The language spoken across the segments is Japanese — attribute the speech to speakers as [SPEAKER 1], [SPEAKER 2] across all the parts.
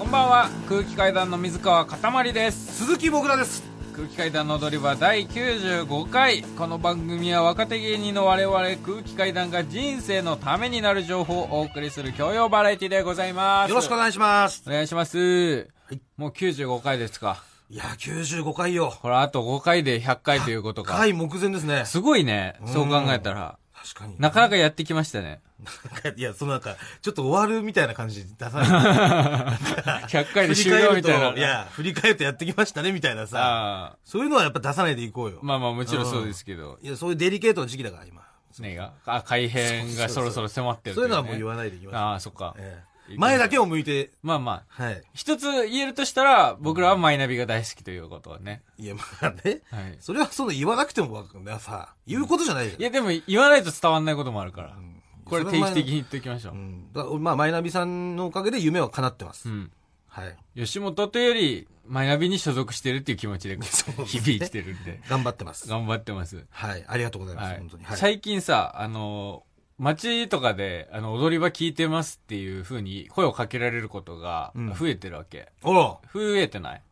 [SPEAKER 1] こんばんは空気階段の水川かたまりです
[SPEAKER 2] 鈴木もぐらです
[SPEAKER 1] 空気階段の踊り場第95回この番組は若手芸人の我々空気階段が人生のためになる情報をお送りする教養バラエティでございます
[SPEAKER 2] よろしくお
[SPEAKER 1] お
[SPEAKER 2] 願いします
[SPEAKER 1] 願いします、
[SPEAKER 2] はい
[SPEAKER 1] もう95回ですか
[SPEAKER 2] いや95回よ
[SPEAKER 1] これあと5回で100回ということか
[SPEAKER 2] 回目前ですね
[SPEAKER 1] すごいねそう考えたら
[SPEAKER 2] 確かに
[SPEAKER 1] なかなかやってきましたね
[SPEAKER 2] なんかいやそのなんかちょっと終わるみたいな感じ出さないなんか
[SPEAKER 1] 100回で終 了みたいな
[SPEAKER 2] 振り返るといや振り返るとやってきましたねみたいなさ
[SPEAKER 1] ああ
[SPEAKER 2] そういうのはやっぱ出さないでいこうよ、
[SPEAKER 1] まあまあもちろんそうですけど
[SPEAKER 2] いやそういうデリケートの時期だから今
[SPEAKER 1] ねがあ改編がそろそろ迫ってる
[SPEAKER 2] そういうのはもう言わ
[SPEAKER 1] い
[SPEAKER 2] ないでいきましょう
[SPEAKER 1] ああそっか、
[SPEAKER 2] ええ
[SPEAKER 1] いい
[SPEAKER 2] 前だけを向いて
[SPEAKER 1] まあまあ
[SPEAKER 2] はい
[SPEAKER 1] 一つ言えるとしたら、僕らはマイナビが大好きということはね。
[SPEAKER 2] いやまあね、
[SPEAKER 1] はい
[SPEAKER 2] それはその言わなくてもわかんないさ言うことじゃないじゃん
[SPEAKER 1] いや、でも言わないと伝わんないこともあるから。これ
[SPEAKER 2] そ
[SPEAKER 1] 定
[SPEAKER 2] れは
[SPEAKER 1] 期的に言っておきましょう
[SPEAKER 2] う。んだからまあマイナビさんのおかげで夢は叶ってます、
[SPEAKER 1] うん。
[SPEAKER 2] はい
[SPEAKER 1] 吉本というより、マイナビに所属してるっていう気持ち で、日々生きてるんで、
[SPEAKER 2] 頑張ってます
[SPEAKER 1] 頑張ってます。
[SPEAKER 2] はい、 ありがとうございます、
[SPEAKER 1] はい
[SPEAKER 2] 本当に。。はい、
[SPEAKER 1] 最近さ、あの、街とかで、あの、踊り場聞いてますっていう風に声をかけられることが
[SPEAKER 2] うん
[SPEAKER 1] 増えてるわけ。
[SPEAKER 2] あら、
[SPEAKER 1] 増えてない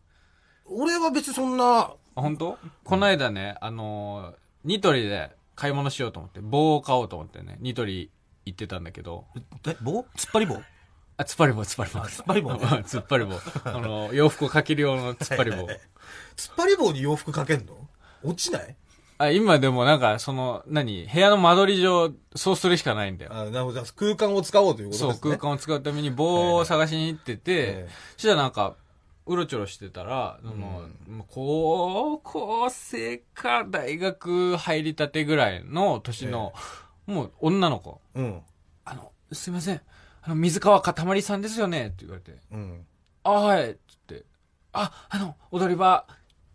[SPEAKER 2] 俺は別にそんな、
[SPEAKER 1] あ本当この間ね、あのーニトリで買い物しようと思って、棒を買おうと思ってね、ニトリ行ってたんだけど、
[SPEAKER 2] え、棒突っ張り棒
[SPEAKER 1] あ、突っ張り棒、突っ張り棒。
[SPEAKER 2] 突っ張 り棒
[SPEAKER 1] 突っ張り棒。あの、洋服をかける用の突っ張り棒。
[SPEAKER 2] 突っ張り棒に洋服かけんの落ちない
[SPEAKER 1] あ、今でもなんか、その、何部屋の間取り上、そうするしかないんだよ。
[SPEAKER 2] あなるほど、じゃあ空間を使おうということ
[SPEAKER 1] そ
[SPEAKER 2] で
[SPEAKER 1] う、
[SPEAKER 2] すね。
[SPEAKER 1] 空間を使うために棒を探しに行ってて
[SPEAKER 2] ええ、
[SPEAKER 1] そしたらなんか、うろちょろしてたら、その、もう高校生か大学入りたてぐらいの年の、もう女の子。
[SPEAKER 2] うん。
[SPEAKER 1] あの、すいません。あの、水川かたまりさんですよねって言われて。
[SPEAKER 2] うん。
[SPEAKER 1] あ、はい。つって。あ、あの、踊り場、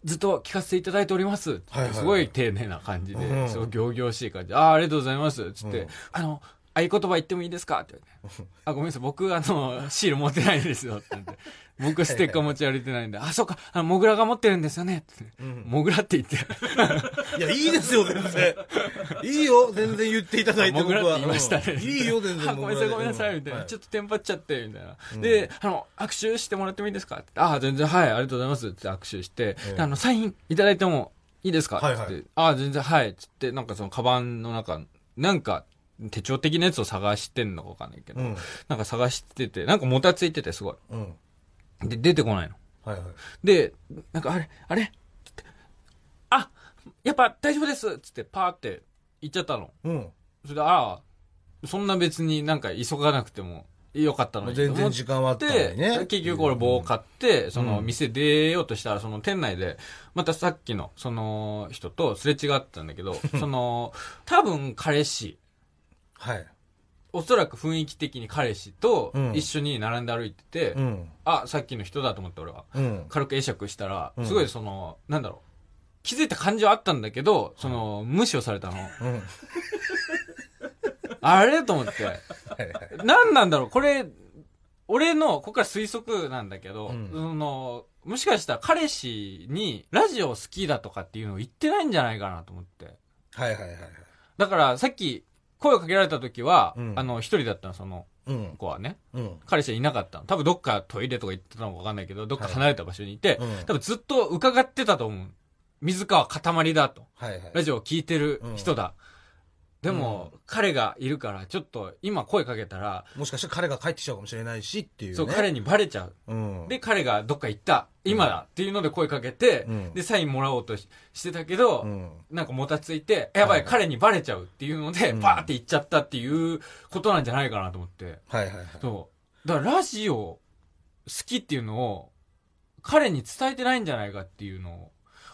[SPEAKER 1] ずっと聞かせていただいております。つって
[SPEAKER 2] はいはいはい
[SPEAKER 1] すごい丁寧な感じで、
[SPEAKER 2] うん
[SPEAKER 1] すごい行々しい感じで。あ、ありがとうございます。つって、
[SPEAKER 2] うん
[SPEAKER 1] あの、合言葉言ってもいいですかって言われて。あ、ごめんなさい。僕、あの、シール持ってないですよ。って言って。僕、ステッカー持ち歩いてないんで。あ、そうか。あの、モグラが持ってるんですよね。って言って。モグラって言って。
[SPEAKER 2] いや、いいですよ、全然。いいよ、全然言っていただいて、
[SPEAKER 1] モグ
[SPEAKER 2] 僕
[SPEAKER 1] ラっ
[SPEAKER 2] は。
[SPEAKER 1] て言いましたね。
[SPEAKER 2] うんいいよ、全 然。
[SPEAKER 1] あごめんなさい、ごめんなさい、みたいな。ちょっとテンパっちゃって、みたいな。で、あの、握手してもらってもいいですかってあ、全然、はい、ありがとうございます。って握手して、
[SPEAKER 2] うん
[SPEAKER 1] であの、サインいただいてもいいですか
[SPEAKER 2] はいはい
[SPEAKER 1] って。あ、全然、はい。つって、なんかその、カバンの中、なんか、手帳的なやつを探してんのかわかんないけど、
[SPEAKER 2] うん
[SPEAKER 1] なんか探してて、なんかもたついてて、すごい。
[SPEAKER 2] と。うん。
[SPEAKER 1] で、出てこないの。
[SPEAKER 2] はいはい。
[SPEAKER 1] で、なんかあれ、あれってあ、やっぱ大丈夫ですつって、パーって行っちゃったの。
[SPEAKER 2] うん。
[SPEAKER 1] それで、ああ、そんな別になんか急がなくてもよかったのに。
[SPEAKER 2] 全然時間はあったのにね
[SPEAKER 1] で結局これ棒を買って、その店出ようとしたら、その店内で、またさっきの、その人とすれ違ったんだ けど、その、多分彼氏、
[SPEAKER 2] はい。
[SPEAKER 1] おそらく雰囲気的に彼氏と
[SPEAKER 2] うん
[SPEAKER 1] 一緒に並んで歩いてて、
[SPEAKER 2] うん。
[SPEAKER 1] あ、さっきの人だと思って俺は。
[SPEAKER 2] うん。
[SPEAKER 1] 軽く会釈したら、
[SPEAKER 2] うん
[SPEAKER 1] すごいその、なんだろう。気づいた感じはあったんだけど、その、無視をされたの。
[SPEAKER 2] うん。
[SPEAKER 1] あれと思って。何なんだろうこれ、俺の、ここから推測なんだけど、
[SPEAKER 2] うん
[SPEAKER 1] その、もしかしたら彼氏にラジオ好きだとかっていうのを言ってないんじゃないかなと思って。
[SPEAKER 2] はいはいはいはい。
[SPEAKER 1] だからさっき声をかけられた時は、
[SPEAKER 2] うん
[SPEAKER 1] あの、一人だったの、その
[SPEAKER 2] うん。
[SPEAKER 1] 子はね。
[SPEAKER 2] うん。
[SPEAKER 1] 彼氏はいなかったの。多分どっかトイレとか行ってたのかわかんないけど、どっか離れた場所にいて、
[SPEAKER 2] はいうん
[SPEAKER 1] 多分ずっと伺ってたと思う。水川かたまりだと。
[SPEAKER 2] はいはい。
[SPEAKER 1] ラジオを聞いてる人だ。でも、彼がいるから、ちょっと今声かけたら、
[SPEAKER 2] もしかしたら彼が帰ってきちゃうかもしれないしっていう、ね。
[SPEAKER 1] そう、彼にバレちゃう。
[SPEAKER 2] うん。
[SPEAKER 1] で、彼がどっか行った、今だっていうので声かけて、
[SPEAKER 2] うん
[SPEAKER 1] で、サインもらおうとししてたけど、
[SPEAKER 2] うん。
[SPEAKER 1] なんかもたついて、やばい、
[SPEAKER 2] はい
[SPEAKER 1] 彼にバレちゃうっていうので、
[SPEAKER 2] うん
[SPEAKER 1] バーって行っちゃったっていうことなんじゃないかなと思って。
[SPEAKER 2] はいはいはい。
[SPEAKER 1] そう。だからラジオ好きっていうのを、彼に伝えてないんじゃないかっていうのを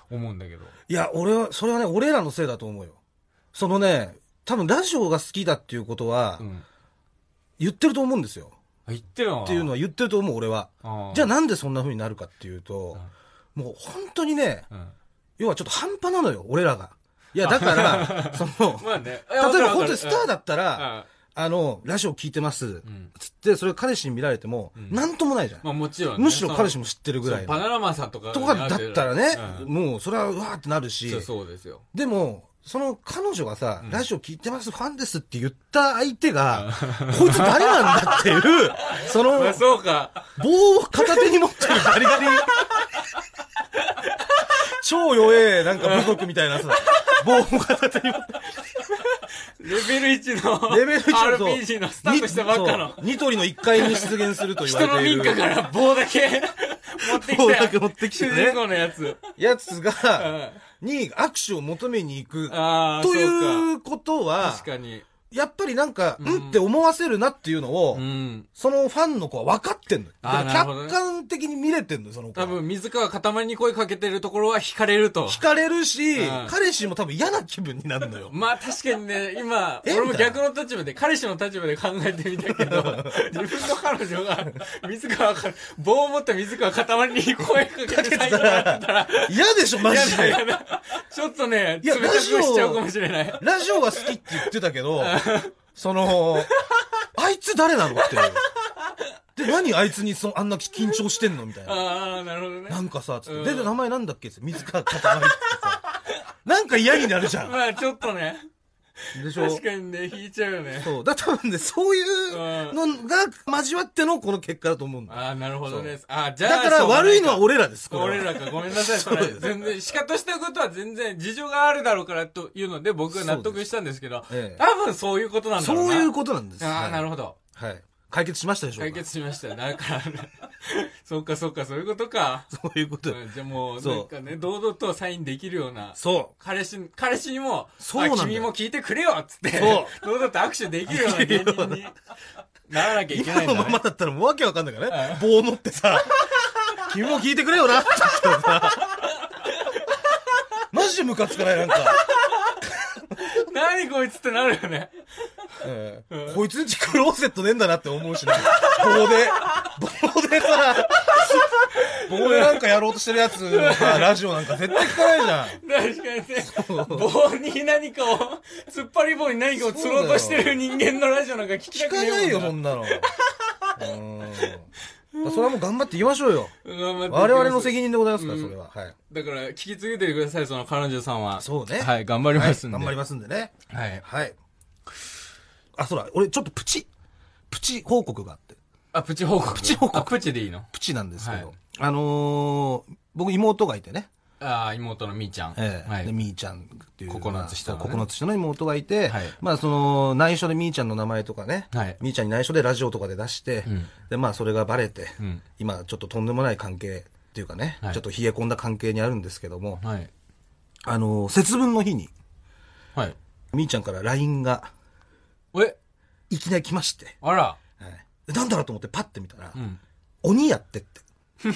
[SPEAKER 1] 思うんだけど。
[SPEAKER 2] いや、俺は、それはね、俺らのせいだと思うよ。そのね、多分ラジオが好きだっていうことは
[SPEAKER 1] う、ん。
[SPEAKER 2] 言ってると思うんですよ。
[SPEAKER 1] 言ってよ。
[SPEAKER 2] っていうのは言ってると思う、俺は。
[SPEAKER 1] あー
[SPEAKER 2] じゃあなんでそんな風になるかっていうと、もう本当にね、
[SPEAKER 1] うん
[SPEAKER 2] 要はちょっと半端なのよ、俺らが。いや、だから、 その、
[SPEAKER 1] まあね。
[SPEAKER 2] 例えば本当にスターだったら、
[SPEAKER 1] ら、
[SPEAKER 2] あの、ラジオ聞いてます
[SPEAKER 1] う。ん。
[SPEAKER 2] つって、それ彼氏に見られても、
[SPEAKER 1] ん
[SPEAKER 2] なんともないじゃん。
[SPEAKER 1] まあもちろんね。
[SPEAKER 2] むしろ彼氏
[SPEAKER 1] も
[SPEAKER 2] も知ってるぐらいの
[SPEAKER 1] パ。ナラマさんとか。
[SPEAKER 2] とかだったらね、
[SPEAKER 1] うん
[SPEAKER 2] もうそれはうわーってなるし
[SPEAKER 1] そう、そうですよ。
[SPEAKER 2] でも、その彼女がさ、
[SPEAKER 1] ん
[SPEAKER 2] ラジオ聞いてます、ファンですって言った相手が、こいつ誰なんだっていう、 その、
[SPEAKER 1] まあそうか。
[SPEAKER 2] 棒を片手に持ってるガリガリ。超弱え、なんか部族みたいなさ、棒を片手に持って
[SPEAKER 1] レベル1の。
[SPEAKER 2] レベル1
[SPEAKER 1] RPG のスタートしたばっかの。
[SPEAKER 2] ニトリの1階に出現すると言わ
[SPEAKER 1] 人の
[SPEAKER 2] れてい
[SPEAKER 1] 民
[SPEAKER 2] る
[SPEAKER 1] 家から棒だけ持ってきた。
[SPEAKER 2] 棒だけ持ってきてね
[SPEAKER 1] 主人公のやつ。
[SPEAKER 2] やつ
[SPEAKER 1] う
[SPEAKER 2] が、
[SPEAKER 1] ん
[SPEAKER 2] に握手を求めに行く。
[SPEAKER 1] ああ、
[SPEAKER 2] と
[SPEAKER 1] そう
[SPEAKER 2] い
[SPEAKER 1] か。
[SPEAKER 2] うことは、
[SPEAKER 1] 確かに。
[SPEAKER 2] やっぱりなんか、うんって思わせるなっていうのを、
[SPEAKER 1] うん。
[SPEAKER 2] そのファンの子は分かってんのよ。だ
[SPEAKER 1] あー
[SPEAKER 2] か
[SPEAKER 1] な
[SPEAKER 2] ら
[SPEAKER 1] るほど
[SPEAKER 2] 客
[SPEAKER 1] ね
[SPEAKER 2] 観的に見れてんのよ、その子
[SPEAKER 1] 多
[SPEAKER 2] は。
[SPEAKER 1] 分、水川かたまりに声かけてるところは惹かれると。
[SPEAKER 2] 惹かれるし、
[SPEAKER 1] うん
[SPEAKER 2] 彼氏も多分嫌な気分にな るのよ。
[SPEAKER 1] まあ確かにね、今、
[SPEAKER 2] え
[SPEAKER 1] 俺も逆の立場で、彼氏の立場で考えてみたけ ど、自分の彼女が、自ら、棒を持った自ら塊に声かけて最後にやってたら、
[SPEAKER 2] 嫌でしょ、マジ
[SPEAKER 1] い
[SPEAKER 2] で
[SPEAKER 1] や。いやちょっとね、
[SPEAKER 2] い
[SPEAKER 1] 冷
[SPEAKER 2] や
[SPEAKER 1] たくしちゃうかもしれない。
[SPEAKER 2] ラジオが好きって言ってたけど、その、あいつ誰なのっていう。で、何あいつにそあんな緊張してんのみたいな。
[SPEAKER 1] ああ、なるほどね
[SPEAKER 2] な。んかさ、つっ
[SPEAKER 1] うん
[SPEAKER 2] て、で、名前なんだっけって水川かたまりって さ。なんか嫌になるじゃん。
[SPEAKER 1] まあちょっとね、
[SPEAKER 2] でしょ
[SPEAKER 1] 確かにね、引いちゃうよね。
[SPEAKER 2] そう。だ、多分ね、そういうのが交わってのこの結果だと思うんだよ。
[SPEAKER 1] ああ、なるほどね。ああ、じゃあ、
[SPEAKER 2] だから悪いのは俺らです、これ
[SPEAKER 1] 俺
[SPEAKER 2] は。
[SPEAKER 1] らか、ごめんなさい、それ。全然、仕方したことは全然、事情があるだろうからというので、僕は納得したんですけど、
[SPEAKER 2] そうですええ
[SPEAKER 1] 多分そういうことなんだろう
[SPEAKER 2] そう
[SPEAKER 1] な。
[SPEAKER 2] いうことなんです。
[SPEAKER 1] ああ、なる
[SPEAKER 2] ほ
[SPEAKER 1] ほど。
[SPEAKER 2] ど。はい。解決しましたでしょうか
[SPEAKER 1] 解決しました。だから、 そっかそっか、そういうことか。
[SPEAKER 2] そういうこと。
[SPEAKER 1] うんじゃあもう、
[SPEAKER 2] そう
[SPEAKER 1] なんかね、堂々とサインできるような。
[SPEAKER 2] そ
[SPEAKER 1] 彼氏、彼氏にも、
[SPEAKER 2] そうなんだ
[SPEAKER 1] あ
[SPEAKER 2] よ
[SPEAKER 1] 君も聞いてくれよっつって、
[SPEAKER 2] そう
[SPEAKER 1] 堂々と握手できるような芸人にならなきゃ
[SPEAKER 2] う。
[SPEAKER 1] いけ
[SPEAKER 2] 今
[SPEAKER 1] ないんだ、
[SPEAKER 2] の
[SPEAKER 1] ね。
[SPEAKER 2] ままだったらもうわけわかんないからね。棒を持ってさ、君も聞いてくれよなって言ったらさ、 マジでムカつかない、なんか。
[SPEAKER 1] 何こいつってなるよね。
[SPEAKER 2] ええこいつんちクローゼットねえんだなって思うしね。棒で、棒でさ、棒でなんかやろうとしてるやつのさ、ラジオなんか絶対聞かないじゃん。
[SPEAKER 1] 確かにね。棒に何かを、突っ張り棒に何かを釣ろうとしてる人間のラジオなんか聞きた
[SPEAKER 2] 聞
[SPEAKER 1] く
[SPEAKER 2] か
[SPEAKER 1] ねえもん
[SPEAKER 2] ないよ、そんなの。うん。それはもう頑張っていきましょうよ。
[SPEAKER 1] うん
[SPEAKER 2] 我々の責任でございますから、それは。はい。
[SPEAKER 1] だから、聞き続けてください、その彼女さんは。
[SPEAKER 2] そうね
[SPEAKER 1] はい、頑張りますんで。
[SPEAKER 2] 頑張りますんでね。
[SPEAKER 1] はい。
[SPEAKER 2] はい。あ、そうだ、俺ちょっとプチ、プチ報告があって。
[SPEAKER 1] あ、プチ報告。プ
[SPEAKER 2] チ報告
[SPEAKER 1] あ、プチでいいの
[SPEAKER 2] プチなんですけ
[SPEAKER 1] は
[SPEAKER 2] ど
[SPEAKER 1] い。
[SPEAKER 2] あのー、僕妹がいてね。
[SPEAKER 1] ああ、妹のみーちゃん。
[SPEAKER 2] ええ
[SPEAKER 1] は
[SPEAKER 2] で
[SPEAKER 1] い。
[SPEAKER 2] みーちゃんっていう。
[SPEAKER 1] ココナッツ下のね
[SPEAKER 2] そうココナッツ下の妹がいて、
[SPEAKER 1] はい
[SPEAKER 2] まあその、内緒でみーちゃんの名前とかね、
[SPEAKER 1] はい
[SPEAKER 2] みーちゃんに内緒でラジオとかで出して、
[SPEAKER 1] ん
[SPEAKER 2] で、まあそれがバレて、
[SPEAKER 1] うん
[SPEAKER 2] 今ちょっととんでもない関係っていうかね、
[SPEAKER 1] はい
[SPEAKER 2] ちょっと冷え込んだ関係にあるんですけども、
[SPEAKER 1] はい。
[SPEAKER 2] あの、節分の日に、
[SPEAKER 1] はい。
[SPEAKER 2] みーちゃんから LINE が
[SPEAKER 1] え、
[SPEAKER 2] いきなり来まして、
[SPEAKER 1] あら。
[SPEAKER 2] はいでなんだろうと思ってパッて見たら、
[SPEAKER 1] ん
[SPEAKER 2] 鬼やってって。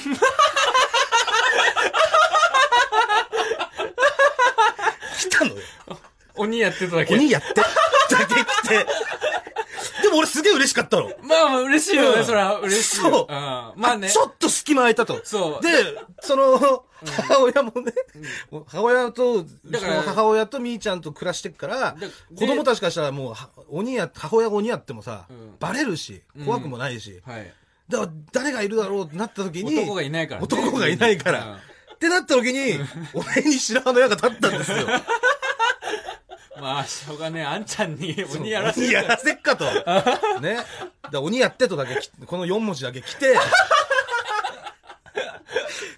[SPEAKER 2] 来たのよ。
[SPEAKER 1] 鬼やってただけ。
[SPEAKER 2] 鬼やって。だけ来て。でも俺すげえ嬉しかったの。
[SPEAKER 1] まあまあ嬉しいよ
[SPEAKER 2] う
[SPEAKER 1] ね、
[SPEAKER 2] ん
[SPEAKER 1] それは嬉しいよ。
[SPEAKER 2] そうん
[SPEAKER 1] まあね
[SPEAKER 2] ち。ょっと隙間空いたと。
[SPEAKER 1] そう
[SPEAKER 2] で、その、母親もね、母親と、うち
[SPEAKER 1] だから
[SPEAKER 2] の母親とみーちゃんと暮らしてるから
[SPEAKER 1] で、
[SPEAKER 2] 子供たちからしたらもうは、鬼や、母親が鬼やってもさ、
[SPEAKER 1] ん
[SPEAKER 2] バレるし、怖くもないし、
[SPEAKER 1] はい。
[SPEAKER 2] だから誰がいるだろうってなった時に、
[SPEAKER 1] 男がいないからね
[SPEAKER 2] 男がいないから。
[SPEAKER 1] うん
[SPEAKER 2] ってなった時に、俺に白羽の矢が立ったんですよ。
[SPEAKER 1] まあ、しょうがねえ、あんちゃんに鬼やらせ
[SPEAKER 2] 鬼
[SPEAKER 1] て
[SPEAKER 2] やらせっかと。ね。だから鬼やってとだけき、この4文字だけ来て、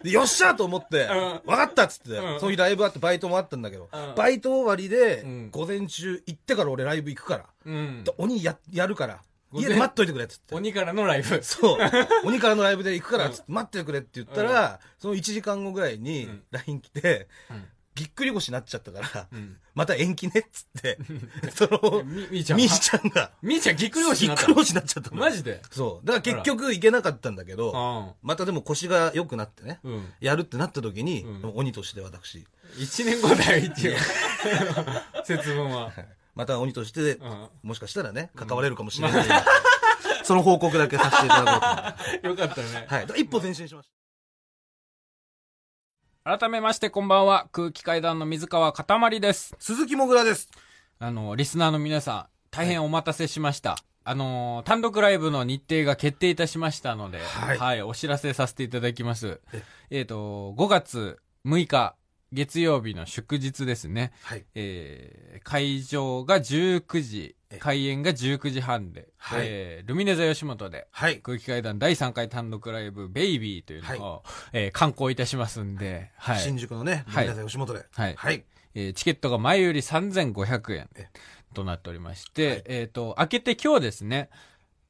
[SPEAKER 2] でよっしゃと思って、わ、かったっつって、
[SPEAKER 1] うん
[SPEAKER 2] そういうライブあってバイトもあったんだけど、
[SPEAKER 1] うん
[SPEAKER 2] バイト終わりで、
[SPEAKER 1] うん
[SPEAKER 2] 午前中行ってから俺ライブ行くから、
[SPEAKER 1] うん。
[SPEAKER 2] で鬼や、やるから、
[SPEAKER 1] 午前
[SPEAKER 2] 家で待っといてくれっつって。
[SPEAKER 1] 鬼からのライブ。
[SPEAKER 2] そう。鬼からのライブで行くから、つって待ってくれって言ったら、その1時間後ぐらいに LINE 来て、
[SPEAKER 1] ん
[SPEAKER 2] ぎっくり腰になっちゃったから、
[SPEAKER 1] ん
[SPEAKER 2] また延期ねっつって、その、
[SPEAKER 1] みみー
[SPEAKER 2] み
[SPEAKER 1] ちゃん
[SPEAKER 2] ーちゃんが、
[SPEAKER 1] みーちゃんぎっくり腰
[SPEAKER 2] ぎ
[SPEAKER 1] に
[SPEAKER 2] っ
[SPEAKER 1] なっ
[SPEAKER 2] く
[SPEAKER 1] た
[SPEAKER 2] り
[SPEAKER 1] の。
[SPEAKER 2] 腰になっちゃったの
[SPEAKER 1] マジで
[SPEAKER 2] そう。だから結局行けなかったんだけど、
[SPEAKER 1] う
[SPEAKER 2] またでも腰が良くなってね、
[SPEAKER 1] ん。うん。
[SPEAKER 2] やるってなった時に、
[SPEAKER 1] うん
[SPEAKER 2] でも鬼として私、
[SPEAKER 1] 一年後だよ、 一応。節分は。
[SPEAKER 2] また鬼として、
[SPEAKER 1] うん
[SPEAKER 2] もしかしたらね、関われるかもしれない。その報告だけさせていただこうと思います
[SPEAKER 1] よかった ね。
[SPEAKER 2] はい。一歩前進しまし
[SPEAKER 1] 改めましてこんばんは、空気階段の水川かたまりです
[SPEAKER 2] た。。鈴木もぐらです。
[SPEAKER 1] あの、リスナーの皆さん、大変お待たせしました。あのー単独ライブの日程が決定いたしましたので、
[SPEAKER 2] はい
[SPEAKER 1] お知らせさせていただきます。えっ、と、5月6日、月曜日の祝日ですね。
[SPEAKER 2] はい。
[SPEAKER 1] えー会場が19時
[SPEAKER 2] え、
[SPEAKER 1] 開演が19時半で、
[SPEAKER 2] はい
[SPEAKER 1] えールミネ座吉本で、
[SPEAKER 2] はい。
[SPEAKER 1] 空気階段第3回単独ライブ、ベイビーというのを、えー観光いたしますんで、はい。
[SPEAKER 2] 新宿のね、
[SPEAKER 1] はい
[SPEAKER 2] 皆さん吉本で。
[SPEAKER 1] はい
[SPEAKER 2] はい。
[SPEAKER 1] えーチケットが前より3500円
[SPEAKER 2] え
[SPEAKER 1] となっておりまして、えっ、と、明けて今日ですね、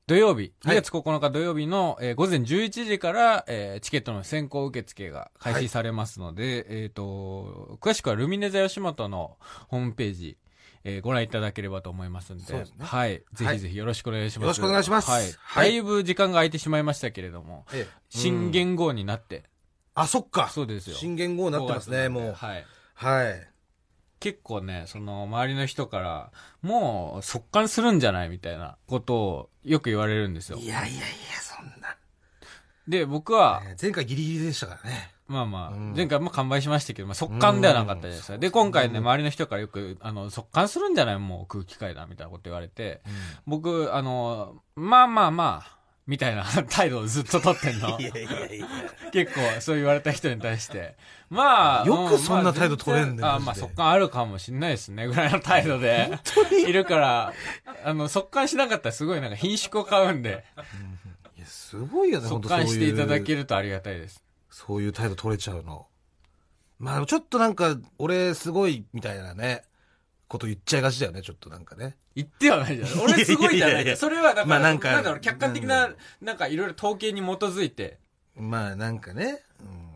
[SPEAKER 1] 土曜日、2
[SPEAKER 2] はい
[SPEAKER 1] 月9日土曜日の、えー午前11時から、えーチケットの先行受付が開始されますので、えっ、と、詳しくはルミネ座吉本のホームページ、えーご覧いただければと思いますんで、
[SPEAKER 2] そうですね
[SPEAKER 1] はい。ぜひぜひよろしくお願いします。
[SPEAKER 2] よろしくお願いします
[SPEAKER 1] はい。
[SPEAKER 2] はい
[SPEAKER 1] だいぶ時間が空いてしまいましたけれども、
[SPEAKER 2] ええ
[SPEAKER 1] 新元号になって、
[SPEAKER 2] あ、そっか。
[SPEAKER 1] そうですよ
[SPEAKER 2] 新元号になってますね、
[SPEAKER 1] 5月なんで
[SPEAKER 2] もう。
[SPEAKER 1] はい。
[SPEAKER 2] はい。
[SPEAKER 1] 結構ね、その周りの人から、もう速乾するんじゃないみたいなことをよく言われるんですよ
[SPEAKER 2] い。やいやいや、そんな。
[SPEAKER 1] で、僕は、
[SPEAKER 2] ね前回ギリギリでしたからね。
[SPEAKER 1] まあまあ、
[SPEAKER 2] うん
[SPEAKER 1] 前回も完売しましたけど、まあ速乾ではなかったじゃないですか。
[SPEAKER 2] うん
[SPEAKER 1] で、今回ね、周りの人からよく、あの、速乾するんじゃないもう空気階段みたいなこと言われて、僕、あの、まあまあまあ、みたいな態度をずっと取ってん の
[SPEAKER 2] い。やいやいや。
[SPEAKER 1] 結構、そう言われた人に対して。まあ、
[SPEAKER 2] よく
[SPEAKER 1] う
[SPEAKER 2] そんな態度取れんね
[SPEAKER 1] まあ、全然あま
[SPEAKER 2] マ
[SPEAKER 1] あ、
[SPEAKER 2] ジで
[SPEAKER 1] 速乾あるかもしんないですね、ぐらいの態度で。いるから、あの、速乾しなかったらすごいなんか品種を買うんで、
[SPEAKER 2] いや、すごいよね、
[SPEAKER 1] 速
[SPEAKER 2] 本当そう
[SPEAKER 1] 乾していただけ
[SPEAKER 2] る。
[SPEAKER 1] るとありがたいです。
[SPEAKER 2] そういう態度取れちゃうの。まあ、ちょっとなんか、俺すごい、みたいなね、こと言っちゃいがちだよね、ちょっとなんかね。
[SPEAKER 1] 言ってはないじゃん。俺すごいじゃない
[SPEAKER 2] いやいやいやいや
[SPEAKER 1] それはだから、
[SPEAKER 2] まあ
[SPEAKER 1] な
[SPEAKER 2] なんん
[SPEAKER 1] か、
[SPEAKER 2] か
[SPEAKER 1] だろう、客観的な
[SPEAKER 2] うん、
[SPEAKER 1] なんかいろいろ統計に基づいて、
[SPEAKER 2] まあ、なんかね。うん。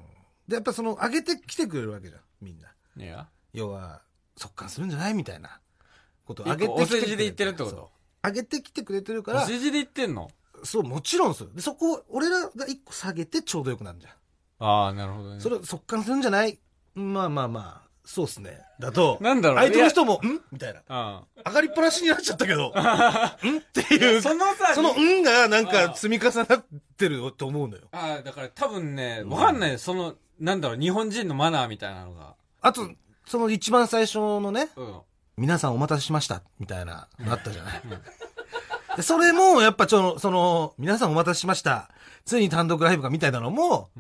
[SPEAKER 2] で、やっぱその、上げてきてくれるわけじゃん、みんな。
[SPEAKER 1] ねや
[SPEAKER 2] 要は、速乾するんじゃないみたいなことを上
[SPEAKER 1] 一
[SPEAKER 2] げ
[SPEAKER 1] 個
[SPEAKER 2] て
[SPEAKER 1] お
[SPEAKER 2] きて
[SPEAKER 1] 世
[SPEAKER 2] くれ
[SPEAKER 1] 辞で言ってるってこと
[SPEAKER 2] 上げてきてくれてるか
[SPEAKER 1] お
[SPEAKER 2] ら、
[SPEAKER 1] 世辞で言ってんの
[SPEAKER 2] そう、もちろんする。で、そこを、俺らが一個下げてちょうどよくなるじゃん。
[SPEAKER 1] ああ、なるほどね。
[SPEAKER 2] それ、速乾するんじゃないまあまあまあ、そうっすね。だと、
[SPEAKER 1] なんだろう
[SPEAKER 2] 相手の人も、んみたいな。
[SPEAKER 1] うん。
[SPEAKER 2] 上がりっぱなしになっちゃったけ ど、んっていう、
[SPEAKER 1] そのさ、
[SPEAKER 2] その、んがなん
[SPEAKER 1] あ
[SPEAKER 2] か積み重なってると思うのよ。
[SPEAKER 1] ああ、だから多分ね、わかんないよその、なんだろう、日本人のマナーみたいなのが。
[SPEAKER 2] あと、その一番最初のね、
[SPEAKER 1] うん。
[SPEAKER 2] 皆さんお待たせしました、みた いな、なったじゃない。でそれも、やっぱちょ、その、皆さんお待たせしました。ついに単独ライブがみたいなのも、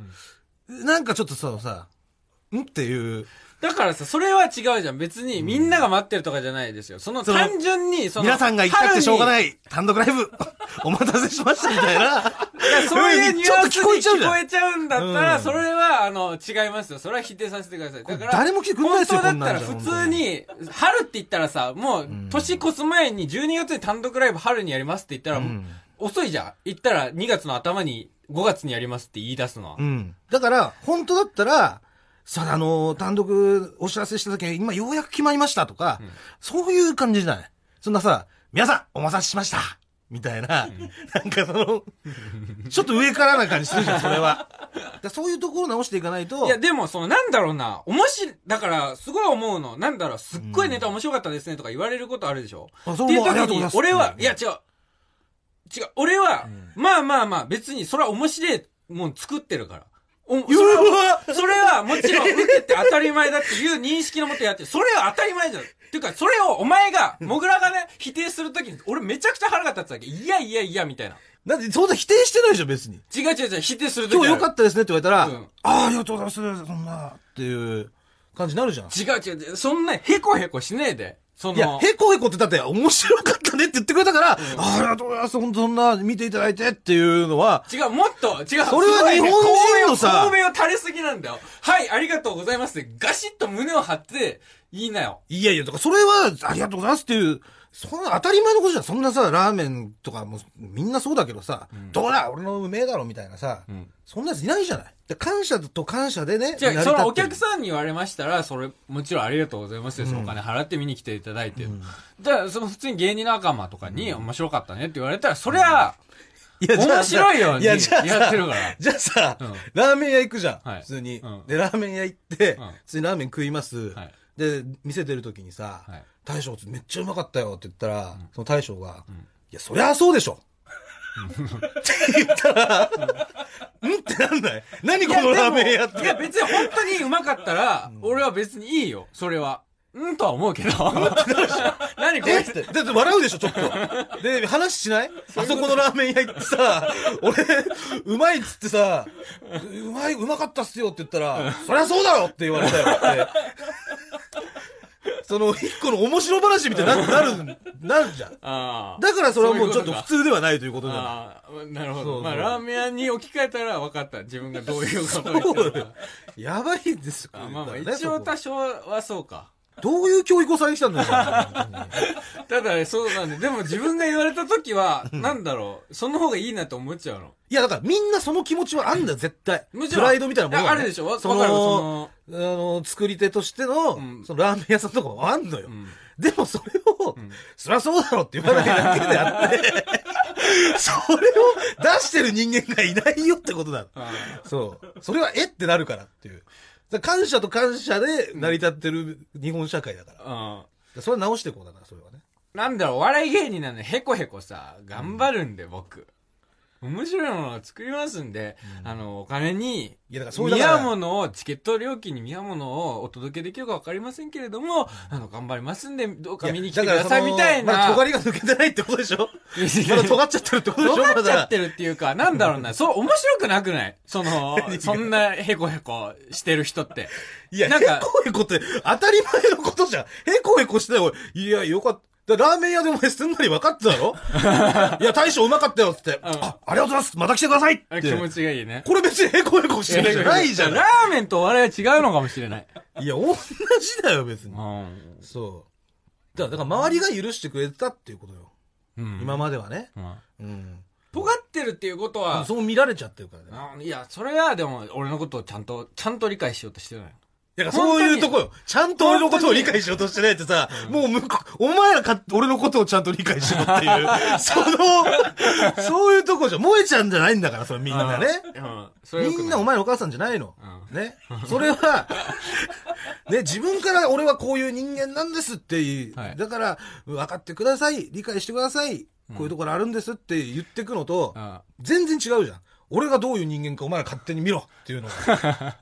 [SPEAKER 2] なんかちょっとそのさ、んっていう、
[SPEAKER 1] だからさ、それは違うじゃん。別に、みんなが待ってるとかじゃないですよ。その、
[SPEAKER 2] その
[SPEAKER 1] 単純に、その、。
[SPEAKER 2] 皆さんが行きたくてしょうがないい、単独ライブ、お待たせしました、みたいな。
[SPEAKER 1] そういうニュアンス
[SPEAKER 2] ちょっと聞こえちゃう
[SPEAKER 1] に聞
[SPEAKER 2] じゃん
[SPEAKER 1] こえちゃうんだったら、
[SPEAKER 2] うん
[SPEAKER 1] それは、あの、違いますよ。それは否定させてください。だから、
[SPEAKER 2] 誰も来てくれないですよ
[SPEAKER 1] 本当だったら
[SPEAKER 2] こんなん
[SPEAKER 1] 普
[SPEAKER 2] じゃ
[SPEAKER 1] 通に、春って言ったらさ、もう、年越す前に12月に単独ライブ春にやりますって言ったら、
[SPEAKER 2] ん
[SPEAKER 1] 遅いじゃん。言ったら2月の頭に、5月にやりますって言い出すのは。
[SPEAKER 2] うん。だから、本当だったら、さあ、あの、単独お知らせした時に、今ようやく決まりましたとか、そういう感じじゃない。そんなさ、皆さん、お待たせしましたみたいな、なんかその、ちょっと上からな感じするじゃん、それは。だからそういうところを直していかないと、
[SPEAKER 1] いや、でも、その、なんだろうな、面白い、だから、すごい思うの。なんだろう、すっごいネタ面白かったですね、とか言われることあるでしょ
[SPEAKER 2] あ
[SPEAKER 1] っ
[SPEAKER 2] そ
[SPEAKER 1] て
[SPEAKER 2] れ
[SPEAKER 1] いう
[SPEAKER 2] もあり
[SPEAKER 1] 時
[SPEAKER 2] がとうござい
[SPEAKER 1] に
[SPEAKER 2] ま、す
[SPEAKER 1] 俺は、
[SPEAKER 2] うん
[SPEAKER 1] いや、違う。違う、俺は、まあまあまあ、別に、それは面白いもん作ってるから。おそれは、それはもちろん、受けて当たり前だっていう認識のもとやってる、それは当たり前じゃん。っていうか、それをお前が、モグラ がね、否定するときに、俺めちゃくちゃ腹が立つわけ。いやいやいや、みたいな。
[SPEAKER 2] だってそんな否定してないじゃん、別に。
[SPEAKER 1] 違う違う違う、否定するとき
[SPEAKER 2] 今日良かったですねって言われたら、
[SPEAKER 1] うん
[SPEAKER 2] ああ、ありがとうございます、そんな、っていう感じになるじゃん。
[SPEAKER 1] 違う違う違う、そんな、へこへこしねえで。その、
[SPEAKER 2] いや、へこへこってだって面白かったねって言ってくれたから、ありがとうございます、本当そんな見ていただいてっていうのは、
[SPEAKER 1] 違う、もっと、違う。
[SPEAKER 2] それは日本人のさ
[SPEAKER 1] 神を垂れすぎなんだよ。はい、ありがとうございますって、ガシッと胸を張って、言いなよ。
[SPEAKER 2] いやいや、とかそれはありがとうございますっていう、そんな当たり前のことじゃん。そんなさ、ラーメンとかもみんなそうだけどさ、どうだ、俺のうめえだろみたいなさ、
[SPEAKER 1] ん
[SPEAKER 2] そんなやついないじゃない。で感謝と感謝でね、
[SPEAKER 1] じゃあ、そのお客
[SPEAKER 2] ん。
[SPEAKER 1] さんに言われましたら、それ、もちろんありがとうございますです。お金払って見に来ていただいて。じゃあ、その普通に芸人仲間とかに、面白かったねって言われたら、そりゃ、
[SPEAKER 2] いや
[SPEAKER 1] 面白いよ
[SPEAKER 2] いや、じゃあ
[SPEAKER 1] やって
[SPEAKER 2] さ
[SPEAKER 1] るから、
[SPEAKER 2] じゃあさ、
[SPEAKER 1] うん
[SPEAKER 2] ラーメン屋行くじゃん、
[SPEAKER 1] はい
[SPEAKER 2] 普通に、
[SPEAKER 1] うん
[SPEAKER 2] で、ラーメン屋行って、
[SPEAKER 1] うん
[SPEAKER 2] 普通にラーメン食います。
[SPEAKER 1] はい
[SPEAKER 2] で、店出るときにさ、
[SPEAKER 1] はい
[SPEAKER 2] 大将めっちゃうまかったよって言ったら、その大将が、いや、そりゃそうでしょ。って言ったら、うんってなんない何このラーメン屋っ
[SPEAKER 1] いや、
[SPEAKER 2] て。
[SPEAKER 1] 別に本当にうまかったら、俺は別にいいよ、それは。うんとは思うけど。 何こ
[SPEAKER 2] え
[SPEAKER 1] れ
[SPEAKER 2] っつって。だって笑うでしょ、ちょっと。で、話しないあそこのラーメン屋行ってさ、俺、うまいっつってさ、ううまい、うまかったっすよって言ったら、そりゃそうだろって言われたよって。その、一個の面白話みたいにななる、なるじゃん。
[SPEAKER 1] ああ。
[SPEAKER 2] だからそれはもうちょっ
[SPEAKER 1] そ
[SPEAKER 2] と
[SPEAKER 1] ういう
[SPEAKER 2] 普
[SPEAKER 1] こ
[SPEAKER 2] 通ではないということじゃない
[SPEAKER 1] ああ、なるほ
[SPEAKER 2] そうそ
[SPEAKER 1] ど。
[SPEAKER 2] う
[SPEAKER 1] まあ、ラーメン屋に置き換えたら分かった。自分がどういうことを言って
[SPEAKER 2] そ
[SPEAKER 1] る
[SPEAKER 2] うだよ
[SPEAKER 1] か。
[SPEAKER 2] やばいんですよ。
[SPEAKER 1] あまあまあ、
[SPEAKER 2] これだからね
[SPEAKER 1] 一応
[SPEAKER 2] そこ
[SPEAKER 1] 多少はそうか。
[SPEAKER 2] どういう教育をされてきたんだよ。
[SPEAKER 1] ただ、そうなんで、でも自分が言われた時は、なんだろう、その方がいいなと思っちゃうの。
[SPEAKER 2] いや、だからみんなその気持ちはあんだよ、絶対。
[SPEAKER 1] もち
[SPEAKER 2] プ
[SPEAKER 1] ろん
[SPEAKER 2] ライドみたいなものが、
[SPEAKER 1] いやあるでしょわ
[SPEAKER 2] その
[SPEAKER 1] わかるそ
[SPEAKER 2] あの、作り手としての、
[SPEAKER 1] ん
[SPEAKER 2] そのラーメン屋さんとかもあんのよ。
[SPEAKER 1] ん
[SPEAKER 2] でもそれを、そりゃそうだろって言わないだけであ って、それを出してる人間がいないよってことだ。
[SPEAKER 1] あ
[SPEAKER 2] そう。それはえってなるからっていう。だから感謝と感謝で成り立ってる日本社会だから。だか
[SPEAKER 1] あうん。
[SPEAKER 2] らそれは直していこうだから、それはね。
[SPEAKER 1] なんだろう、お笑い芸人なのにヘコヘコさ、頑張るんで、僕。面白いものを作りますんで、あの、お金に、
[SPEAKER 2] いやだからそうだ
[SPEAKER 1] 見
[SPEAKER 2] から
[SPEAKER 1] 合うものを、チケット料金に見合うものをお届けできるか分かりませんけれども、あの、頑張りますんで、どうか見に来てくださいみたいな。
[SPEAKER 2] だからそのまだ尖りが抜けてないってことで しょまだ尖っちゃってるってことでしょま
[SPEAKER 1] 尖
[SPEAKER 2] だ
[SPEAKER 1] っちゃってるっていうか、なんだろうな、そう、面白くなくないその、そんなヘコヘコしてる人って。
[SPEAKER 2] いや、
[SPEAKER 1] なんか
[SPEAKER 2] へこへこって当たり前のことじゃん。へこへこしてたよ。いや、よかった。ラーメン屋でお前すんなり分かってただろ いや、大将うまかったよっつって、あ、ありがとうございます。また来てくださいって。
[SPEAKER 1] 気持ちがいいね。
[SPEAKER 2] これ別にへこへこしてるんじゃないじゃん。
[SPEAKER 1] ラーメンとお笑いは違うのかもしれない。
[SPEAKER 2] いや、同じだよ、別に
[SPEAKER 1] う。ん。
[SPEAKER 2] そう。だから、だから周りが許してくれてたっていうことよ。
[SPEAKER 1] うん。
[SPEAKER 2] 今まではね。
[SPEAKER 1] うん
[SPEAKER 2] うん。
[SPEAKER 1] 尖ってるっていうことは、
[SPEAKER 2] そう見られちゃってるからね。
[SPEAKER 1] あいや、それはでも、俺のことをちゃんと、ちゃんと理解しようとしてない。
[SPEAKER 2] だからそういうとこよ。ちゃんと俺のことを理解しようとしてないってさ、もう向こう、お前らか、俺のことをちゃんと理解しろって いう、その、そういうとこじゃ、萌えちゃんじゃないんだから、それみんながね。
[SPEAKER 1] うん。それは良
[SPEAKER 2] み
[SPEAKER 1] く
[SPEAKER 2] ん
[SPEAKER 1] な
[SPEAKER 2] ないお前のお母さんじゃないの。
[SPEAKER 1] う
[SPEAKER 2] ね。それは、ね、自分から俺はこういう人間なんですっていう、
[SPEAKER 1] はい
[SPEAKER 2] だから、分かってください、理解してください、こういうところあるんですって言ってくのと、
[SPEAKER 1] うん
[SPEAKER 2] 全然違うじゃん。俺がどういう人間かお前ら勝手に見ろっ ていうのが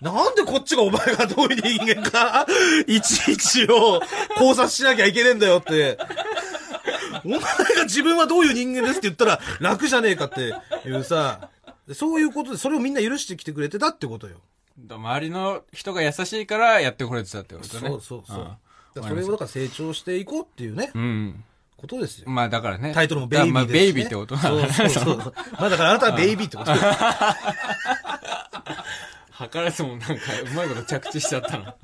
[SPEAKER 2] なんでこっちがお前がどういう人間か、いちいちを考察しなきゃいけねえんだよって。お前が自分はどういう人間ですって言ったら楽じゃねえかっていうさ、そういうことで、それをみんな許してきてくれてたってことよ。
[SPEAKER 1] 周りの人が優しいからやってこれてたってことね。
[SPEAKER 2] そうそうそう。
[SPEAKER 1] ん
[SPEAKER 2] だからそれをだから成長していこうっていうね、
[SPEAKER 1] うん。
[SPEAKER 2] ことですよ。
[SPEAKER 1] まあだからね。
[SPEAKER 2] タイトルもベイビ
[SPEAKER 1] まあ
[SPEAKER 2] ーですし、ね。
[SPEAKER 1] ベイビーってことなんだね
[SPEAKER 2] そうそうそう。まあだからあなたはベイビーってこと ですよ。
[SPEAKER 1] 図らずもなんか、うまいこと着地しちゃったな。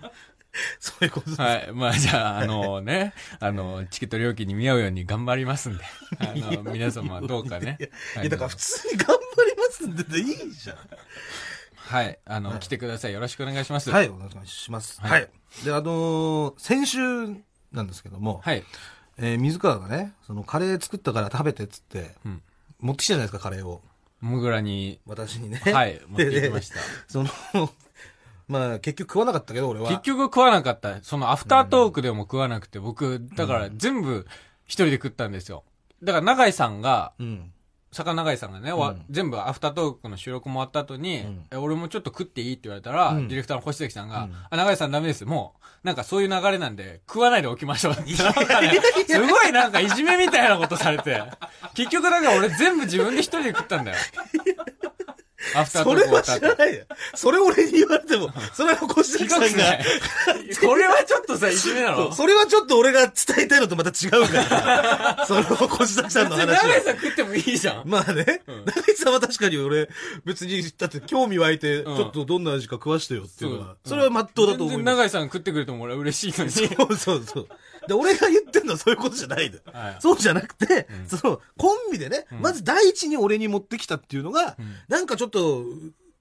[SPEAKER 2] そういうことです
[SPEAKER 1] はい。まあじゃあ、あのね、あの、チケット料金に見合うように頑張りますんで。あの、皆様どうかね
[SPEAKER 2] いや。
[SPEAKER 1] はい
[SPEAKER 2] や、だから普通に頑張りますんででいいじゃん。
[SPEAKER 1] はい。あの、来てください。よろしくお願いします。。
[SPEAKER 2] はいい、お願いします。
[SPEAKER 1] はい
[SPEAKER 2] はい。で、あのー先週なんですけども、
[SPEAKER 1] はい。
[SPEAKER 2] えー水川がね、そのカレー作ったから食べてっつって、
[SPEAKER 1] ん
[SPEAKER 2] 持ってきたじゃないですか、カレーを。
[SPEAKER 1] もぐらに、
[SPEAKER 2] 私にね。
[SPEAKER 1] はい持ってきました
[SPEAKER 2] で。その、まあ結局食わなかったけど、俺は。
[SPEAKER 1] 結局食わなかった。そのアフタートークでも食わなくて、僕、だから全部一人で食ったんですよ。だから永井さんが、
[SPEAKER 2] うん。
[SPEAKER 1] 坂永井さんがね、わ全部アフタートークの収録も終わった後に、え俺もちょっと食っていいって言われたら、ディレクターの星崎さんが、あ、永井さんダメです。もう、なんかそういう流れなんで、食わないでおきまし ょうって。なんかね、すごいなんかいじめみたいなことされて、 結局だから俺全部自分で一人で食ったんだよ。アフタート
[SPEAKER 2] そ
[SPEAKER 1] ーク
[SPEAKER 2] れ
[SPEAKER 1] 終わ
[SPEAKER 2] は
[SPEAKER 1] った
[SPEAKER 2] 知
[SPEAKER 1] 後
[SPEAKER 2] ら。ないよ。それ俺に言われても、それは小杉さん
[SPEAKER 1] ひどく
[SPEAKER 2] が
[SPEAKER 1] ない、これはちょっとさ、いじめな
[SPEAKER 2] そ
[SPEAKER 1] の
[SPEAKER 2] うそれはちょっと俺が伝えたいのとまた違 うから。その小杉さんの
[SPEAKER 1] 別に
[SPEAKER 2] 話
[SPEAKER 1] 長
[SPEAKER 2] は
[SPEAKER 1] 井さん食ってもいいじゃん。
[SPEAKER 2] まあね、中井さんは確かに俺、別に、だって興味湧いて、ちょっとどんな味か食わしてよっていうの
[SPEAKER 1] そう
[SPEAKER 2] は、それは真っ当だと思
[SPEAKER 1] 全
[SPEAKER 2] い
[SPEAKER 1] 然
[SPEAKER 2] ます。
[SPEAKER 1] 長井さん食ってくれても俺は嬉しいのに。
[SPEAKER 2] そうそうそう。で、俺が言ってんのはそういうことじゃないのよ
[SPEAKER 1] はい
[SPEAKER 2] そうじゃなくて、その、コンビでね、まず第一に俺に持ってきたっていうのが、なんかちょっと、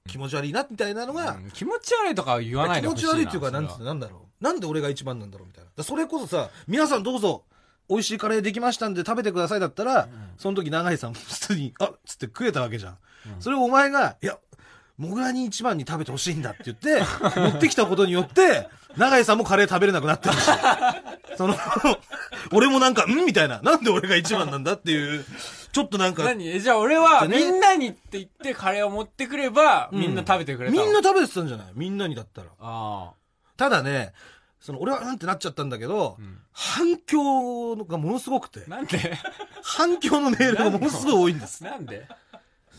[SPEAKER 2] 気持ち悪いな、みたいなのが、
[SPEAKER 1] うん気持ち悪いとかは言わない
[SPEAKER 2] 気
[SPEAKER 1] で
[SPEAKER 2] 持
[SPEAKER 1] ほしい
[SPEAKER 2] ち
[SPEAKER 1] な。
[SPEAKER 2] 悪いっていうか、なんつう
[SPEAKER 1] そ
[SPEAKER 2] の
[SPEAKER 1] れは
[SPEAKER 2] なんだろう。なんで俺が一番なんだろうみたいな。だからそれこそさ、皆さんどうぞ、美味しいカレーできましたんで食べてくださいだったら、その時永井さんも普通に、あっつって食えたわけじゃん。それをお前が、いや、モグラに一番に食べてほしいんだって言って、持ってきたことによって、永井さんもカレー食べれなくなってる し、その、俺もなんか、んみたいな。なんで俺が一番なんだっていう、ちょっとなんか、
[SPEAKER 1] 何えじゃあ俺は、
[SPEAKER 2] じゃあね
[SPEAKER 1] みんなにって言ってカレーを持ってくれば、みんな食べてくれた
[SPEAKER 2] み
[SPEAKER 1] の
[SPEAKER 2] んな食べてたんじゃないみんなにだったら。
[SPEAKER 1] あ
[SPEAKER 2] ただね、その、俺はうんってなっちゃったんだけど、
[SPEAKER 1] ん
[SPEAKER 2] 反響がものすごくて
[SPEAKER 1] あ。、なん で
[SPEAKER 2] 反響のメールがものすごい多いんです。
[SPEAKER 1] なんで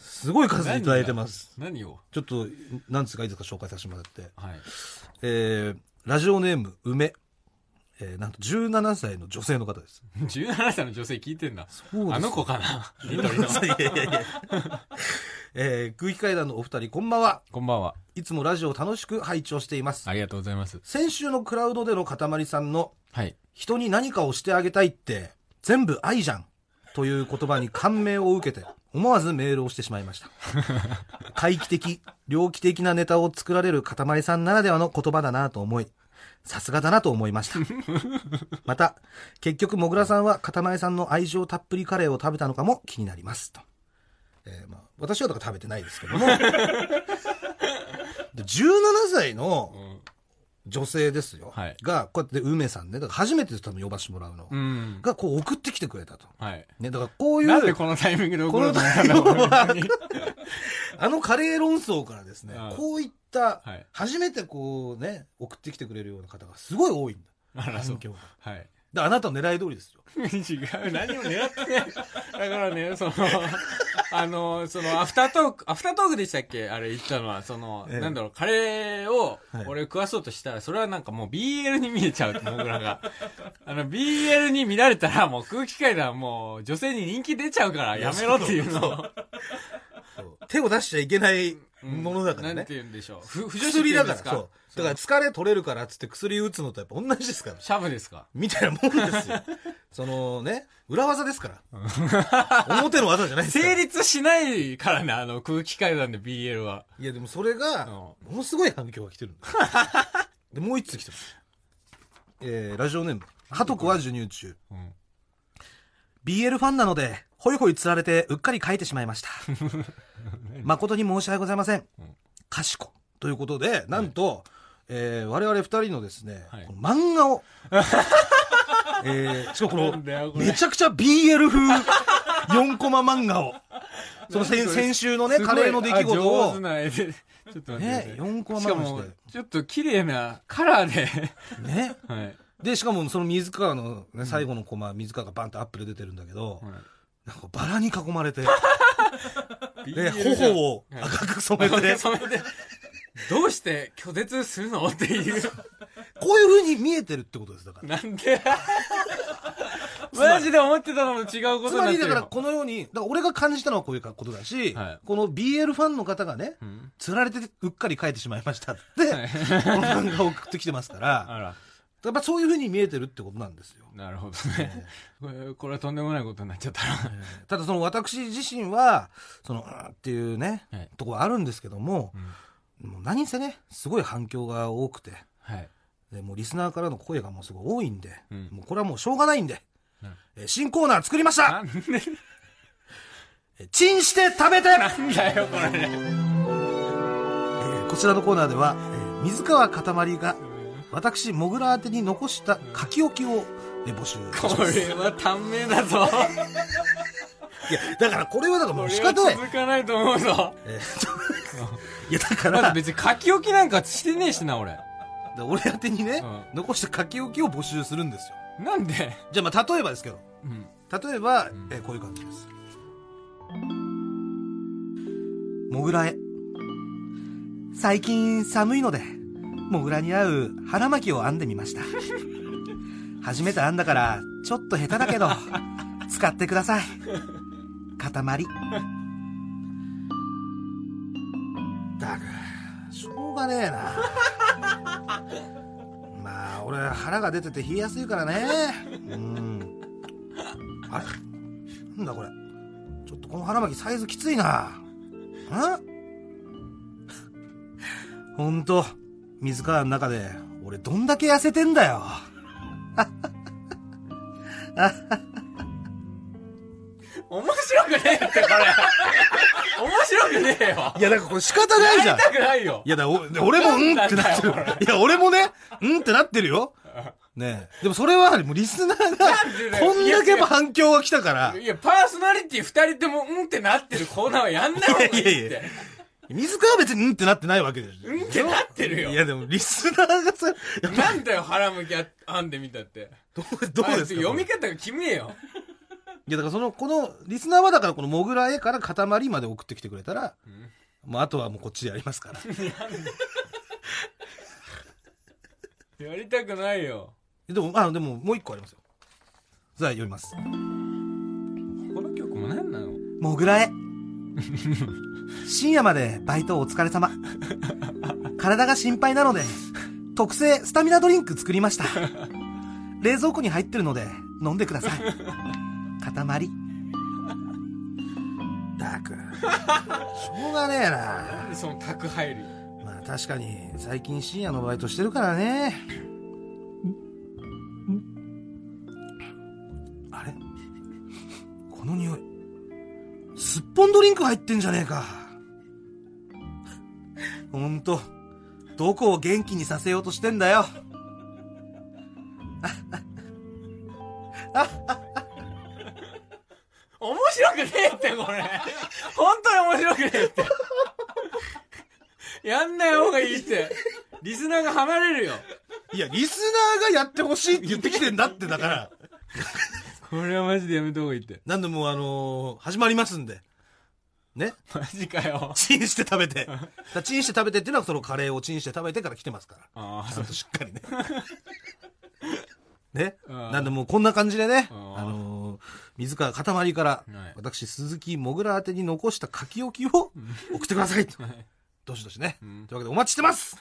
[SPEAKER 2] すごい数いただいてます。
[SPEAKER 1] 何を
[SPEAKER 2] ちょっと、なんつうかいいですか紹介させてもらって。
[SPEAKER 1] はい。
[SPEAKER 2] えーラジオネーム、梅。えーなんと17歳の女性の方です。
[SPEAKER 1] 17歳の女性聞いてんだ。
[SPEAKER 2] うです
[SPEAKER 1] あの子かな緑の。
[SPEAKER 2] いやいやいや。えー空気階段のお二人、こんばんは。
[SPEAKER 1] こんばんは。
[SPEAKER 2] いつもラジオを楽しく拝聴しています。
[SPEAKER 1] ありがとうございます。
[SPEAKER 2] 先週のクラウドでの塊さんの、
[SPEAKER 1] はい。
[SPEAKER 2] 人に何かをしてあげたいって、全部愛じゃん。という言葉に感銘を受けて、思わずメールをしてしまいました。 怪奇的、猟奇的なネタを作られる塊さんならではの言葉だなと思い、さすがだなと思い ました。また、結局、もぐらさんは塊さんの愛情たっぷりカレーを食べたのかも気になります。と。えーまあ、私はだから食べてないですけ ども。で17歳の女性ですよ。
[SPEAKER 1] はい
[SPEAKER 2] が、こうやって梅さんね、だから初めて多分呼ばしてもらうの。
[SPEAKER 1] うん。
[SPEAKER 2] が、こう送ってきてくれたと。
[SPEAKER 1] はい。
[SPEAKER 2] ね、だからこういう。
[SPEAKER 1] なんでこのタイミングで怒ると思ったんだろ
[SPEAKER 2] こ
[SPEAKER 1] う
[SPEAKER 2] のタ
[SPEAKER 1] 本
[SPEAKER 2] イ
[SPEAKER 1] 当
[SPEAKER 2] ミン
[SPEAKER 1] に
[SPEAKER 2] グあのカレー論争からですね、
[SPEAKER 1] うん
[SPEAKER 2] こういった
[SPEAKER 1] はい、
[SPEAKER 2] 初めてこうね、送ってきてくれるような方がすごい多いんだ。
[SPEAKER 1] あら、そう
[SPEAKER 2] 反。響がだか
[SPEAKER 1] はい。
[SPEAKER 2] らあなたの狙い通りですよ。
[SPEAKER 1] 違う、何も狙ってない。だからね、その、あの、その、アフタートーク、アフタートークでしたっけあれ言ったのは、その、
[SPEAKER 2] ええ
[SPEAKER 1] なんだろう、カレーを
[SPEAKER 2] はい、
[SPEAKER 1] 俺食わそうとしたら、それはなんかもう BL に見えちゃう、モグラが。あの、BL に見られたら、もう空気階段はもう、女性に人気出ちゃうから、やめろっていうのを。
[SPEAKER 2] そう 手を出しちゃいけないものだから
[SPEAKER 1] なん
[SPEAKER 2] ね
[SPEAKER 1] て。言うんでしょう。ふ、不女子って
[SPEAKER 2] 薬
[SPEAKER 1] 言う
[SPEAKER 2] だ
[SPEAKER 1] ん
[SPEAKER 2] か
[SPEAKER 1] で
[SPEAKER 2] ら、
[SPEAKER 1] す
[SPEAKER 2] そう。だから疲れ取れるからっつって薬打つのとやっぱ同じですから。
[SPEAKER 1] シャブですか
[SPEAKER 2] みたいなもんで すよ。そのね、裏技で すから。表の技じゃないですから
[SPEAKER 1] 成。立しないからね、あの、空気階段で BL は。
[SPEAKER 2] いやでもそれが、ものすごい反響が来 てるんだよで、もう一つ来てます。えー、ラジオネーム。ハトコは授乳中。
[SPEAKER 1] うん。
[SPEAKER 2] BL ファンなので、ホイホイ釣られてうっかり書いてしまいま した。誠に申し訳ございません。かしこ。ということで、なんと、えー我々二人のですね、
[SPEAKER 1] はい
[SPEAKER 2] この漫画を、 えー、しかもこ
[SPEAKER 1] なんだ
[SPEAKER 2] の、
[SPEAKER 1] よこれ
[SPEAKER 2] めちゃくちゃ BL 風4コマ漫画を、その先先週のね、
[SPEAKER 1] すごい
[SPEAKER 2] カレーの出来事
[SPEAKER 1] あ上
[SPEAKER 2] を
[SPEAKER 1] 手、な絵で。ちょっと待ってくださ
[SPEAKER 2] ね
[SPEAKER 1] い。
[SPEAKER 2] 四コマ漫
[SPEAKER 1] しか
[SPEAKER 2] 画に
[SPEAKER 1] も
[SPEAKER 2] して、
[SPEAKER 1] ちょっと綺麗なカラーで。
[SPEAKER 2] ね。
[SPEAKER 1] はい。
[SPEAKER 2] で、しかもその水川の、ね、最後のコマ、水川がバンとアップで出てるんだけど、なんかバラに囲まれ て、で、
[SPEAKER 1] を。
[SPEAKER 2] 頬を赤く染めて、
[SPEAKER 1] それで、どうして拒絶するのっていう。
[SPEAKER 2] こういう風に見えてるってことです、だから。
[SPEAKER 1] なん でマジで思ってたのと違うことに
[SPEAKER 2] つま
[SPEAKER 1] なっ
[SPEAKER 2] り、
[SPEAKER 1] てる
[SPEAKER 2] だから
[SPEAKER 1] よ。
[SPEAKER 2] このように、だから俺が感じたのはこういうことだし、
[SPEAKER 1] はい
[SPEAKER 2] この BL ファンの方がね、
[SPEAKER 1] ん
[SPEAKER 2] 釣られてうっかり書いてしまいましたって、この漫画を送ってきてます から、
[SPEAKER 1] あら、
[SPEAKER 2] やっぱそういう風に見えてるってことなんですよ。
[SPEAKER 1] なるほどね。これ、これはとんでもないことになっちゃったな。
[SPEAKER 2] ただその私自身は、その、うんっていうね、
[SPEAKER 1] はい
[SPEAKER 2] とこはあるんですけども、もう何せね、すごい反響が多くて、
[SPEAKER 1] はい。
[SPEAKER 2] でもうリスナーからの声がもうすごい多いんで、
[SPEAKER 1] うん
[SPEAKER 2] もうこれはもうしょうがないんで、
[SPEAKER 1] うん
[SPEAKER 2] えー新コーナー作りました
[SPEAKER 1] なんで
[SPEAKER 2] えーチンして食べて、
[SPEAKER 1] なんだよ、これ。
[SPEAKER 2] えーこちらのコーナーでは、えー水川かたまりが私モグラ宛てに残した書き置きを、えー募集いたしま
[SPEAKER 1] こ
[SPEAKER 2] す
[SPEAKER 1] れは短命だぞ。
[SPEAKER 2] いやだからこれはだからも
[SPEAKER 1] こ
[SPEAKER 2] う
[SPEAKER 1] れ
[SPEAKER 2] 仕
[SPEAKER 1] は
[SPEAKER 2] 方ない、
[SPEAKER 1] 続かないと思うぞ。
[SPEAKER 2] えーちょ いやだか
[SPEAKER 1] まず
[SPEAKER 2] ら
[SPEAKER 1] 別に書き置きなんかしてねえしな、俺。
[SPEAKER 2] 俺宛てにね、
[SPEAKER 1] う
[SPEAKER 2] 残した書き置きを募集するんですよ
[SPEAKER 1] なんで
[SPEAKER 2] じゃあまあ例えばですけど
[SPEAKER 1] うん。
[SPEAKER 2] 例えば、えーこういう感じです。モグラへ。最近寒いので、モグラに合う腹巻きを編んでみ ました。初めて編んだから、ちょっと下手だけど、使ってください。塊。だが、しょうがねえな。まあ、俺腹が出てて冷えやすいからね。うん。あれなんだこれちょっとこの腹巻きサイズきついな。んほんと、水川の中で俺どんだけ痩せてんだよ。
[SPEAKER 1] 面白くねえって、これ。面白くねえよ。
[SPEAKER 2] いや、だからこれ仕方ないじゃ
[SPEAKER 1] や
[SPEAKER 2] ん
[SPEAKER 1] り。たくないよ。
[SPEAKER 2] いや、だからお俺もうんってなってる
[SPEAKER 1] なんだよ。
[SPEAKER 2] いや、俺もね、うんってなってるよ。ねえ。でもそれは、もうリスナー
[SPEAKER 1] んで
[SPEAKER 2] が、
[SPEAKER 1] だよ
[SPEAKER 2] こんだけやっぱ反響が来たから、
[SPEAKER 1] いや、パーソナリティ二人ともうんってなってるコーナーはやんない方がいいっ
[SPEAKER 2] いやいや
[SPEAKER 1] て
[SPEAKER 2] い。水川は別にうんってなってないわけでしょ。
[SPEAKER 1] うんってなってる
[SPEAKER 2] い
[SPEAKER 1] よ。
[SPEAKER 2] や、でもリスナーがさ、いや
[SPEAKER 1] なんだよ、腹向きあ編んでみたって。
[SPEAKER 2] どうどう
[SPEAKER 1] あい
[SPEAKER 2] で
[SPEAKER 1] つ
[SPEAKER 2] すか
[SPEAKER 1] 読み
[SPEAKER 2] こ
[SPEAKER 1] 方が決めえよ。
[SPEAKER 2] れいや、だからその、この、リスナーはだからこのモグラ A から塊まで送ってきてくれたら、まあ、あとはもうこっちでやりますから。
[SPEAKER 1] やりたくないよ。
[SPEAKER 2] でも、あ、でも、もう一個ありますよ。さあ、読みます。
[SPEAKER 1] この曲も何なの
[SPEAKER 2] もぐらへ。深夜までバイトお疲れ様。体が心配なので、特製スタミナドリンク作りました。冷蔵庫に入ってるので、飲んでください。塊。たく。しょうがねえな。
[SPEAKER 1] なんでその宅入るよ。
[SPEAKER 2] まあ確かに、最近深夜のバイトしてるからね。あれこの匂い。すっぽんドリンク入ってんじゃねえか。ほんと、どこを元気にさせようとしてんだよ。
[SPEAKER 1] 面白くねえって、これ。本当に面白くねえって。やんない方がいいって。リスナーが離れるよ。
[SPEAKER 2] いや、リスナーがやってほしいって言ってきてんだって、だから。
[SPEAKER 1] これはマジでやめた方がいいって。
[SPEAKER 2] なんでもうあのー始まりますんで。ね
[SPEAKER 1] マジかよ。
[SPEAKER 2] チンして食べ て。だからチンして食べてっていうのはそのカレーをチンして食べてから来てますから。
[SPEAKER 1] ああ、
[SPEAKER 2] ちゃんとしっか りね。ね。
[SPEAKER 1] うん
[SPEAKER 2] なんでもうこんな感じでね、
[SPEAKER 1] うん
[SPEAKER 2] あのー水川かたまりから
[SPEAKER 1] はい、
[SPEAKER 2] 私、鈴木もぐら宛てに残した書き置きを送ってください。 どしどしね。
[SPEAKER 1] ん
[SPEAKER 2] というわけでお待ちしてます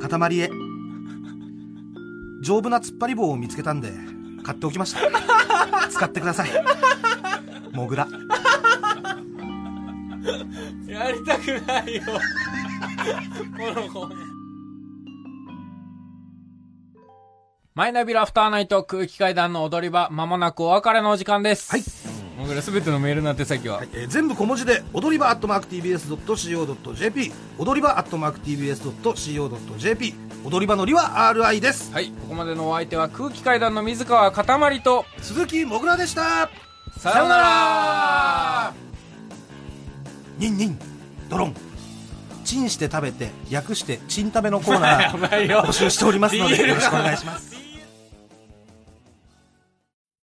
[SPEAKER 2] かたまりへ。丈夫な突っ張り棒を見つけたんで、買っておきました。 使ってください。もぐら。
[SPEAKER 1] やりたくないよ。この子。マイナビラフターナイト空気階段の踊り場、まもなくお別れのお時間です。
[SPEAKER 2] はい。
[SPEAKER 1] もぐらすべてのメールなんて先は、
[SPEAKER 2] えー全部小文字で踊り場アットマーク TBS.CO.JP 踊り場アットマーク TBS.CO.JP 踊り場のりは RI です
[SPEAKER 1] はい、ここまでのお相手は空気階段の水川かたまりと、
[SPEAKER 2] 鈴木もぐらでした
[SPEAKER 1] さようなら
[SPEAKER 2] ニンニンドロンチンして食べて略してチン食べのコーナー
[SPEAKER 1] ばいよ
[SPEAKER 2] 募集しておりますので
[SPEAKER 1] ビール
[SPEAKER 2] よ
[SPEAKER 1] が
[SPEAKER 2] ろしくお願いします
[SPEAKER 1] ビール